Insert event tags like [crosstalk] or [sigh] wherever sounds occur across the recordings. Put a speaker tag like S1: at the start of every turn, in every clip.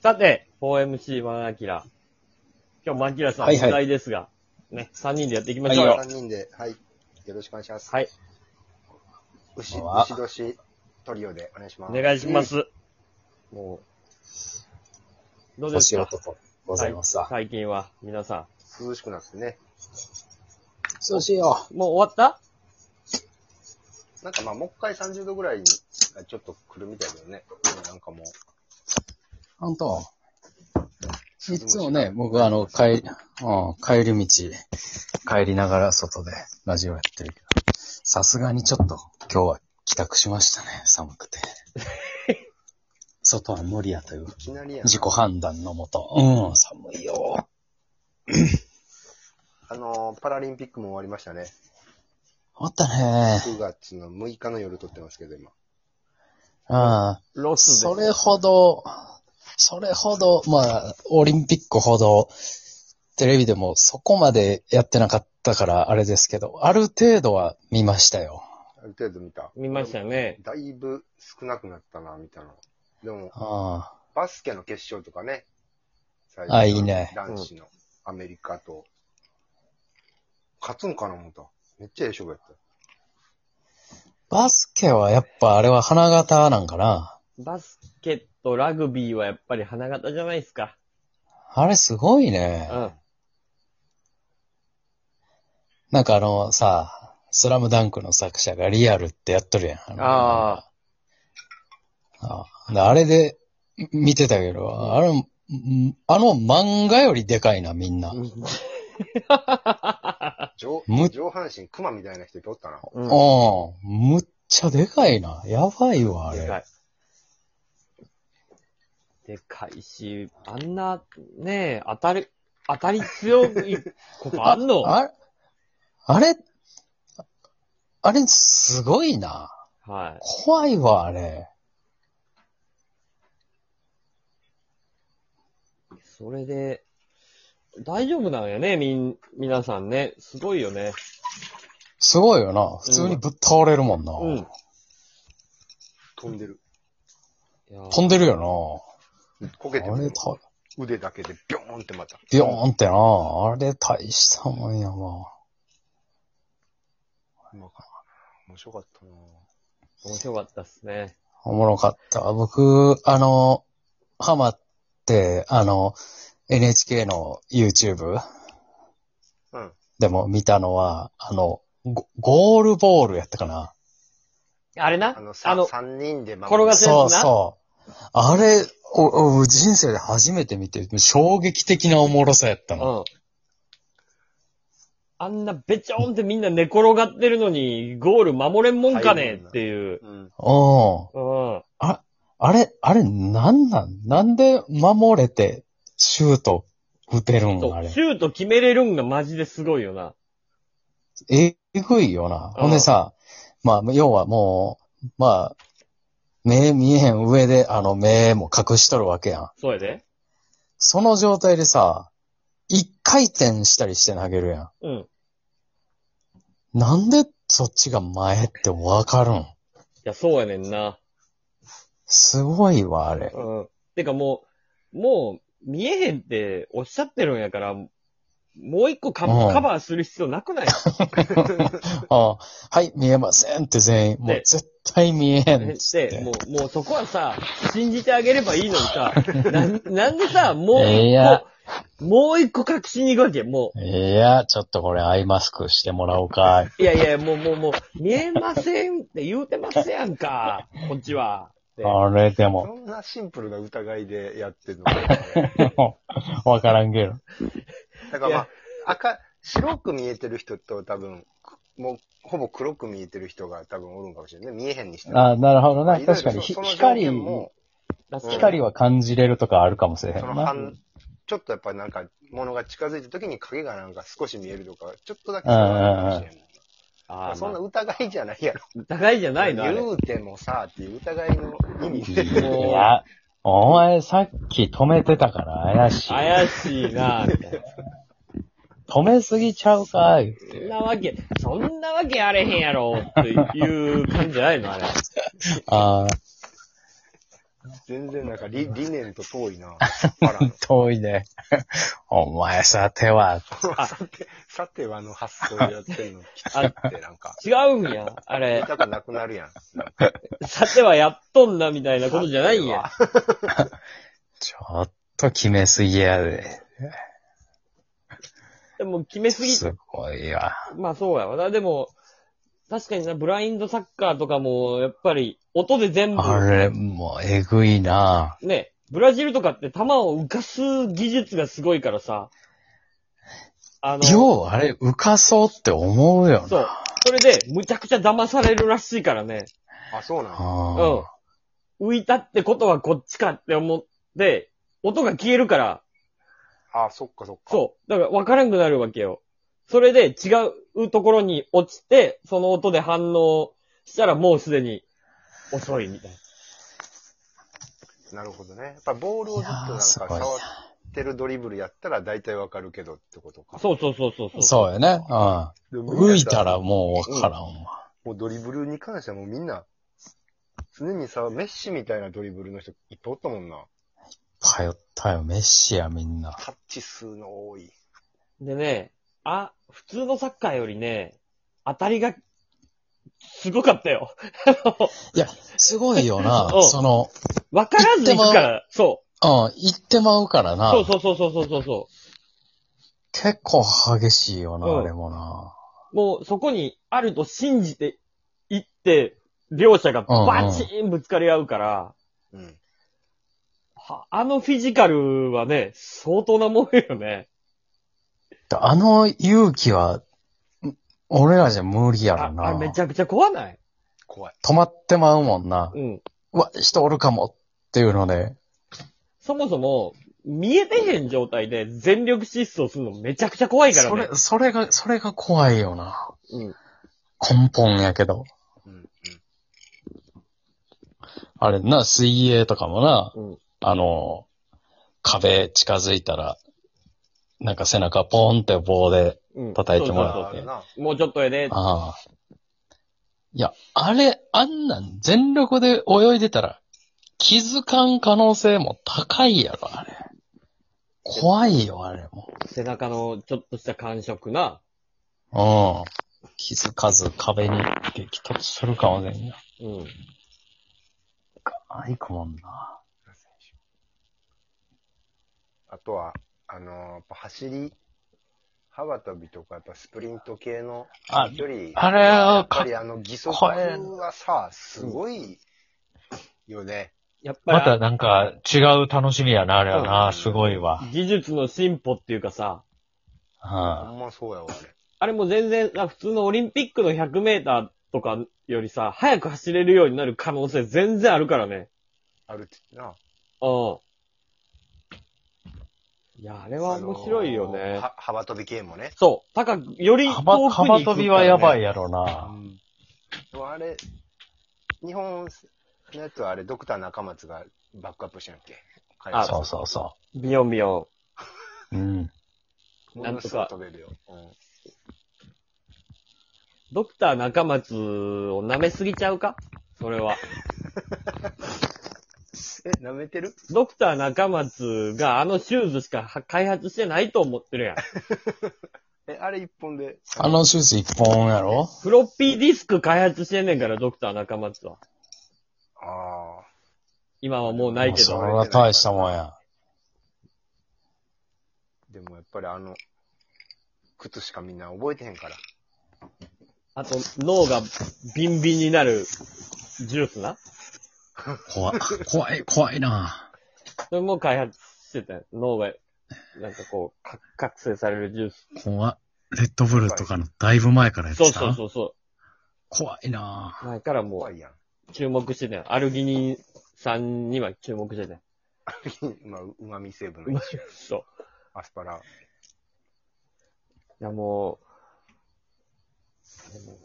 S1: さて、4MC マンアキラ。今日マンアキラさん
S2: はいはい
S1: 不在ですが、ね、3人でやっていきましょうよ。
S2: は
S3: 3人で、はい。よろしくお願いします。
S1: はい、
S3: 牛、
S2: こんばんは
S3: 牛年トリオでお願いします。
S1: お願いします。
S3: も
S1: どうです
S2: 年
S1: か
S2: 男ございますわ。
S1: 最近は、皆さ
S3: う、涼しくなってね。
S2: そうしよ
S1: ん。もう終わっ
S3: なんかまあ、もう一回30度ぐらいがちょっと来るみたいだよね。なんかもう、
S2: う。ほんと。いつもね、僕はあの、帰り、うん、帰り道、帰りながら外でラジオやってるけど、さすがにちょっと今日は帰宅しましたね、寒く
S1: [laughs]
S2: て。外は無理やという
S3: いきなりやん。
S2: 自己判断のもと。うん、寒いよ。
S3: あのー、パラリンピックも終わりましたね。
S2: あったね。
S3: 9月の6日の夜撮ってますけど、
S2: う
S3: 今。
S2: ん。
S1: たロスで
S2: そ。れほど、それほど、まあ、オリンピックほど、テレビでもそこまでやってなかったからあれですけど、ある程度は見ましたよ。
S3: ある程度見た。
S1: 見ましたね。
S3: だいぶ少なくなったな、みたいな。でも、
S2: あ
S3: バスケの決勝とかね。最
S2: あいいね
S3: 男子のアメリカと。勝つんかな、思った。めっちゃええ勝負やった。
S2: バスケはやっぱあれは花形なんかな。
S1: バスケット、ラグビーはやっぱり花形じゃないですか。
S2: あれすごいうね。
S1: ん。
S2: なんかあのさ、スラムダンクの作者がリアルってやっとるやん。
S1: あ
S2: ああ。あれでん見てたけど、あれ、んあの漫画よりでかいな、みんな。
S3: 上
S2: む
S3: 上半身熊みたいな人いっぱいおったな。
S1: うん。
S2: うん。むっちゃでかいな。やばいわ、あ
S1: でか
S2: れ。
S1: い。でかいし、あんな、ねえ、当たり、当たり強いことあんのは
S2: [laughs] あれ、あれ、あれすごいな。
S1: い。
S2: 怖いわ、あれ。
S1: それで、大丈夫なのよね、みん、皆さんね。すごいよね。
S2: すごいよな。普通にぶっ倒れるもんな。
S1: うん。
S3: 飛んでる。
S1: いやー
S2: 飛んでるよ
S3: こ
S2: な。
S3: けて
S2: あ
S3: る
S2: れ、。た、
S3: 腕だけでビョーンってまた。
S2: ビョーンってな。あれ、大したもんやわ。
S3: うまかった面白かったな
S1: 面白かったっすね。
S2: おもろかった。僕、あの、ハマって、あの、NHK の YouTube
S3: うん。
S2: でも見たのは、あの、ゴゴールボールやったかな。
S1: あれな
S3: あの、さ
S1: あの、
S3: 三人でま
S1: 転がせる
S2: そうそう。あれ、おお人生で初めて見て、衝撃的なおもろさやったの。
S1: うん。あんなべちょーんってみんな寝転がってるのに、ゴール守れんもんかねっていう。
S3: うん。
S2: うん。
S1: うん。
S2: あ、あれ、あれ、なんなんなんで守れて、シュート打てるんあれ。
S1: シュート決めれるんがマジですごいよな。
S2: えぐいよな。
S1: うん
S2: ほんでさ、まあ、要はもう、まあ、目見えへん上で、あの、目も隠しとるわけやん。
S1: そうやで。
S2: その状態でさ、一回転したりして投げるやん。
S1: うん。
S2: なんでそっちが前ってわかるん
S1: いや、そうやねんな。
S2: すごいわ、あれ。
S1: うん。てかもう、もう、見えへんっておっしゃってるんやから、もう一個カ
S2: うん
S1: カバーする必要なく
S2: [laughs]
S1: ない
S2: あはい、見えませんって全員。もう
S1: で
S2: 絶対見えへんっ
S1: で
S2: つって。
S1: もう、もうそこはさ、信じてあげればいいのに
S2: [laughs]
S1: さ、ななんでさ、もう
S2: い
S1: 一
S2: や
S1: 個、もう一個隠しに行くわけも
S2: いや、ちょっとこれアイマスクしてもらおう
S1: [laughs]
S2: か。
S1: う、いやいや、もうもうもう、見えませんって言うてますやんか、こっちは。で
S2: あれでも、 [laughs]
S3: そんなシンプルな疑いでやってるの。
S2: わからんけど。
S3: だからまあ、赤、白く見えてる人と多分、もう、ほぼ黒く見えてる人が多分おるんかもしれないね。見えへんにしても。
S2: あなるほど
S3: ま
S2: な。
S3: あいろいろ
S2: 確かに、ひ
S3: その
S2: 光
S3: 条件、も
S1: 確かに
S2: 光は感じれるとかあるかもしれへん
S3: その
S2: な。
S3: 半、ちょっとやっぱなんか、物が近づいた時に影がなんか少し見えるとか、ちょっとだけあるかもしれない。
S1: あー
S3: そんな
S1: まあ
S3: 疑いじゃないやろ。
S1: 疑いじゃないのあれ
S3: 言うてもさ、っていう疑いの意味で。
S2: いや、お前さっき止めてたから怪しい。
S1: 怪しいなみたいな。
S2: 止めすぎちゃうかい。
S1: そんなわけ、そんなわけあれへんやろっていう感じじゃないのあれ。
S2: あ
S3: 全然なんか理理念と
S2: [laughs]
S3: 遠いな。あら、
S2: 遠いね。 [laughs] お前さては、
S3: さて、さてはあの発想でやってるのきついってなんか、
S1: 違うんや。あ
S3: 言い
S1: れ、
S3: たくなくなるやん。なんか
S1: さてはやっとんなみたいなことじゃないんや。
S2: ちょっと決めすぎやで。
S1: でも決めすぎ、
S2: すごいわ。
S1: まあそうやわな。でも、確かにな、ブラインドサッカーとかも、やっぱり、音で全部、
S2: あれ、もう、えぐいな
S1: ね、ブラジルとかって球を浮かす技術がすごいからさ、あ
S2: よう、あれ、浮かそうって思うよな。
S1: そう。それで、むちゃくちゃ騙されるらしいからね。
S3: あ、そうなの
S2: ああ
S1: うん。浮いたってことはこっちかって思って、音が消えるから、
S3: あ、そっかそっか。
S1: そう。だから分からんくなるわけよ。それで違うところに落ちて、その音で反応したらもうすでに遅いみたいな。
S3: なるほどね。やっぱボールをずっとなん
S2: いやー
S3: か
S2: すごい
S3: 触
S2: な
S3: ってるドリブルやったら大体わかるけどってことか。
S1: そうそうそうそう。
S2: そうよね。う
S3: でも
S2: ん。浮いたらもうわからんわ。
S3: もうドリブルに関してはもうみんな、常にさ、メッシみたいなドリブルの人いっぱいおったもんな。
S2: 頼ったよ、メッシや、みんな。
S3: タッチ数の多い。
S1: でね、あ、普通のサッカーよりね、当たりが、すごかったよ。
S2: いや、すごいよな
S1: [laughs] う。ん
S2: その、
S1: わからず行くから、そ
S2: うん、行ってまうから
S1: う。
S2: な。
S1: そうそうそうそうそうそ
S2: 結構激しいよ
S1: う
S2: な、
S1: ん
S2: あれもな。
S1: う。もうそこにあると信じて行って、両者がバチーンぶつかり合うから、
S3: うん。
S1: はあのフィジカルはね、相当なもんよね。
S2: あの勇気は、俺らじゃ無理やろ
S1: あ
S2: な。
S1: あれめちゃくちゃ怖ない
S3: 怖い。
S2: 止まってまうもんな。
S1: うん。
S2: うわ、人おるかもっていうので。
S1: そもそも、見えてへん状態で全力疾走するのめちゃくちゃ怖いから
S2: そ
S1: ね
S2: れ、。それが、それが怖いよな。
S1: うん。
S2: 根本やけど。
S3: うん。うん。
S2: あれな、水泳とかもな、
S1: うん
S2: あの、壁近づいたら、なんか背中ポーンって棒で、
S1: うん。
S2: 叩いてもら
S1: そううそ
S3: あ
S1: う
S3: る
S1: そう
S3: な。
S1: もうちょっとやで。
S2: ああ。いや、あれ、あんなん全力で泳いでたら、気づかん可能性も高いやろ、あれ。怖いよ、あれも。
S1: 背中のちょっとした感触な。
S2: うん。気づかず壁に激突するかもしれんな。
S1: うん。
S2: あいくもんな。
S3: あとは、あのーやっぱ走り、幅跳びとか、やっぱスプリント系の
S2: あ
S3: 距離。
S2: あれ
S3: や
S2: は
S3: っ
S2: か
S3: ぱりあの義足
S2: こえん
S3: はさ、すごいよね。
S1: やっぱり、
S2: またなんか違う楽しみやな、あれは
S3: う
S2: な。
S3: ん
S2: すごいわ。
S1: 技術の進歩っていうかさ、
S2: うん
S3: ほんまそうやわ、あれ。
S1: あれも全然、あ普通のオリンピックの100メーターとかよりさ、早く走れるようになる可能性全然あるからね。
S3: あるってな。
S1: うん。いや、あれは面白いよ
S3: あの
S1: ね
S3: ー。は幅跳び系もね。
S1: そう。高く、より遠くに
S2: 幅
S1: 行くから、
S2: 幅
S1: ね。
S2: 跳びはやば
S1: い。
S2: いやろな。
S3: でもあれ、日本のやつはあれ、ドクター中松がバックアップしてんやっけ
S1: あ
S2: そうそうそ
S1: ビヨンビヨ
S2: う。うん。
S3: うものすごい飛べるよ。うん
S1: ン。ドクター中松を舐めすぎちゃうかそれは。
S3: え、舐めてる
S1: ドクター中松があのシューズしかは開発してないと思ってるやん。
S3: え、あれ一本で。
S2: あのシューズ一本やろ
S1: フロッピーディスク開発してんねんから、ドクター中松は。
S3: あ
S1: 今はもうないけ
S2: そ
S1: ど。
S2: れは大したもんや。
S3: ーでもやっぱりあの、靴しかみんな覚えてへんから。
S1: あと、脳がビンビンになるジュースな。
S2: 怖い、怖い、怖いな。
S1: それも開発してたよ脳が、なんかこう、か覚醒されるジュース。
S2: 怖レッドブルのだいぶ前からや
S1: そうそうそうそ
S2: 怖いな。
S1: う。前からも
S3: 怖いやん。 [laughs]
S1: う注目してたよ。アルギニンさんには注目してたよ。
S3: まあ、うまみ成分の一種。
S1: そう。
S3: アスパラ。
S1: いやもう、でも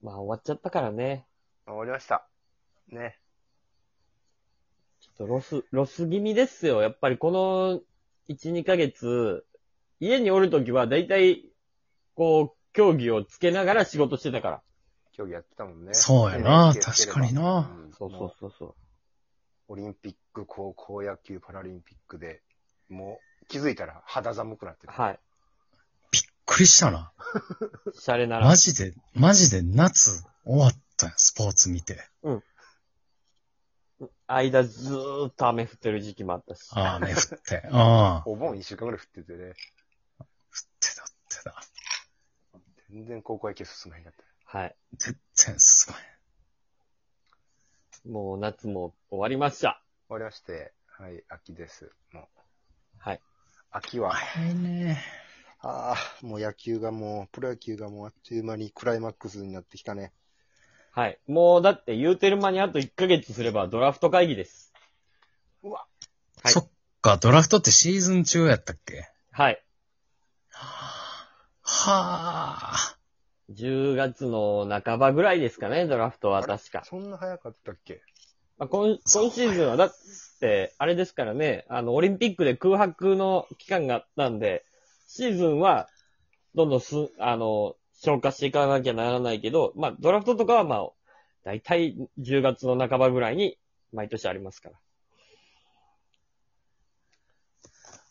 S1: まあ終わっちゃったからね。
S3: 終わりました。ね。
S1: ちょっとロス、ロス気味ですよ。やっぱりこの1、2ヶ月、家におるときは大体、こう、競技をつけながら仕事してたから。
S3: 競技やってたもんね。
S2: そうやな
S3: テレビつければ
S2: 確かにな
S3: うん
S1: そうそうそうそう。
S3: オリンピック、高校野球、パラリンピックで、もう気づいたら肌寒くなってる。
S1: はい。
S2: くりしたな。
S1: シャレなら
S2: マ。ジで、マジで夏終わったよ、スポーツ見て。
S1: 間ずーっと雨降ってる時期もあったし。
S2: ああ、雨
S1: [laughs]
S2: 降って。ああ、降っ
S3: お盆一週間ぐらい降っててね、
S2: てた、降ってた。
S3: 全然高校野球進まへんかった。
S1: はい。
S2: 全然すごい。
S1: もう夏も終わりました。
S3: 終わりまして、はい、秋です。もう。
S1: はい。
S3: 秋は、
S2: 早いね。
S3: ああ、もう野球がもう、プロ野球がもうあっという間にクライマックスになってきたね。
S1: はい。もうだって言うてる間にあと1ヶ月すればドラフト会議です。
S3: うわ
S1: はい
S2: そっか、ドラフトってシーズン中やったっけ
S1: はい。
S2: はあ。
S1: 10月の半ばぐらいですかね、ドラフトは確か。
S3: そんな早かったっけ
S1: まあ、今今シーズンはだって、あれですからね、あの、オリンピックで空白の期間があったんで、シーズンは、どんどんす、あの、消化していかなきゃならないけど、まあ、ドラフトとかはまあ、だいたい10月の半ばぐらいに、毎年ありますから。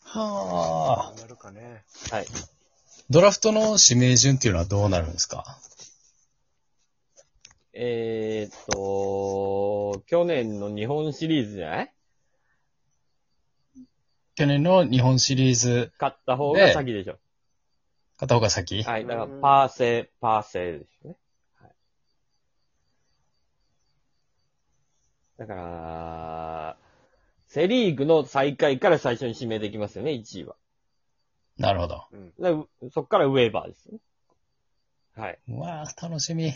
S2: はあ。
S3: なるかね。
S1: はい。
S2: ドラフトの指名順っていうのはどうなるんですか
S1: えーっと、去年の日本シリーズじゃない
S2: 去年の日本シリーズ、
S1: 勝った方が先でしょ。
S2: 片岡先。
S1: はい。だから、パーセー、パーセーですね。はい。だから、セリーグの最下位から最初に指名できますよね、1位は。
S2: なるほど。
S3: うん。
S1: だからそっからウェーバーですね。はい。
S2: うわあ、楽しみ。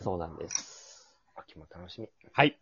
S1: そうなんです。
S3: 秋も楽しみ。
S1: はい。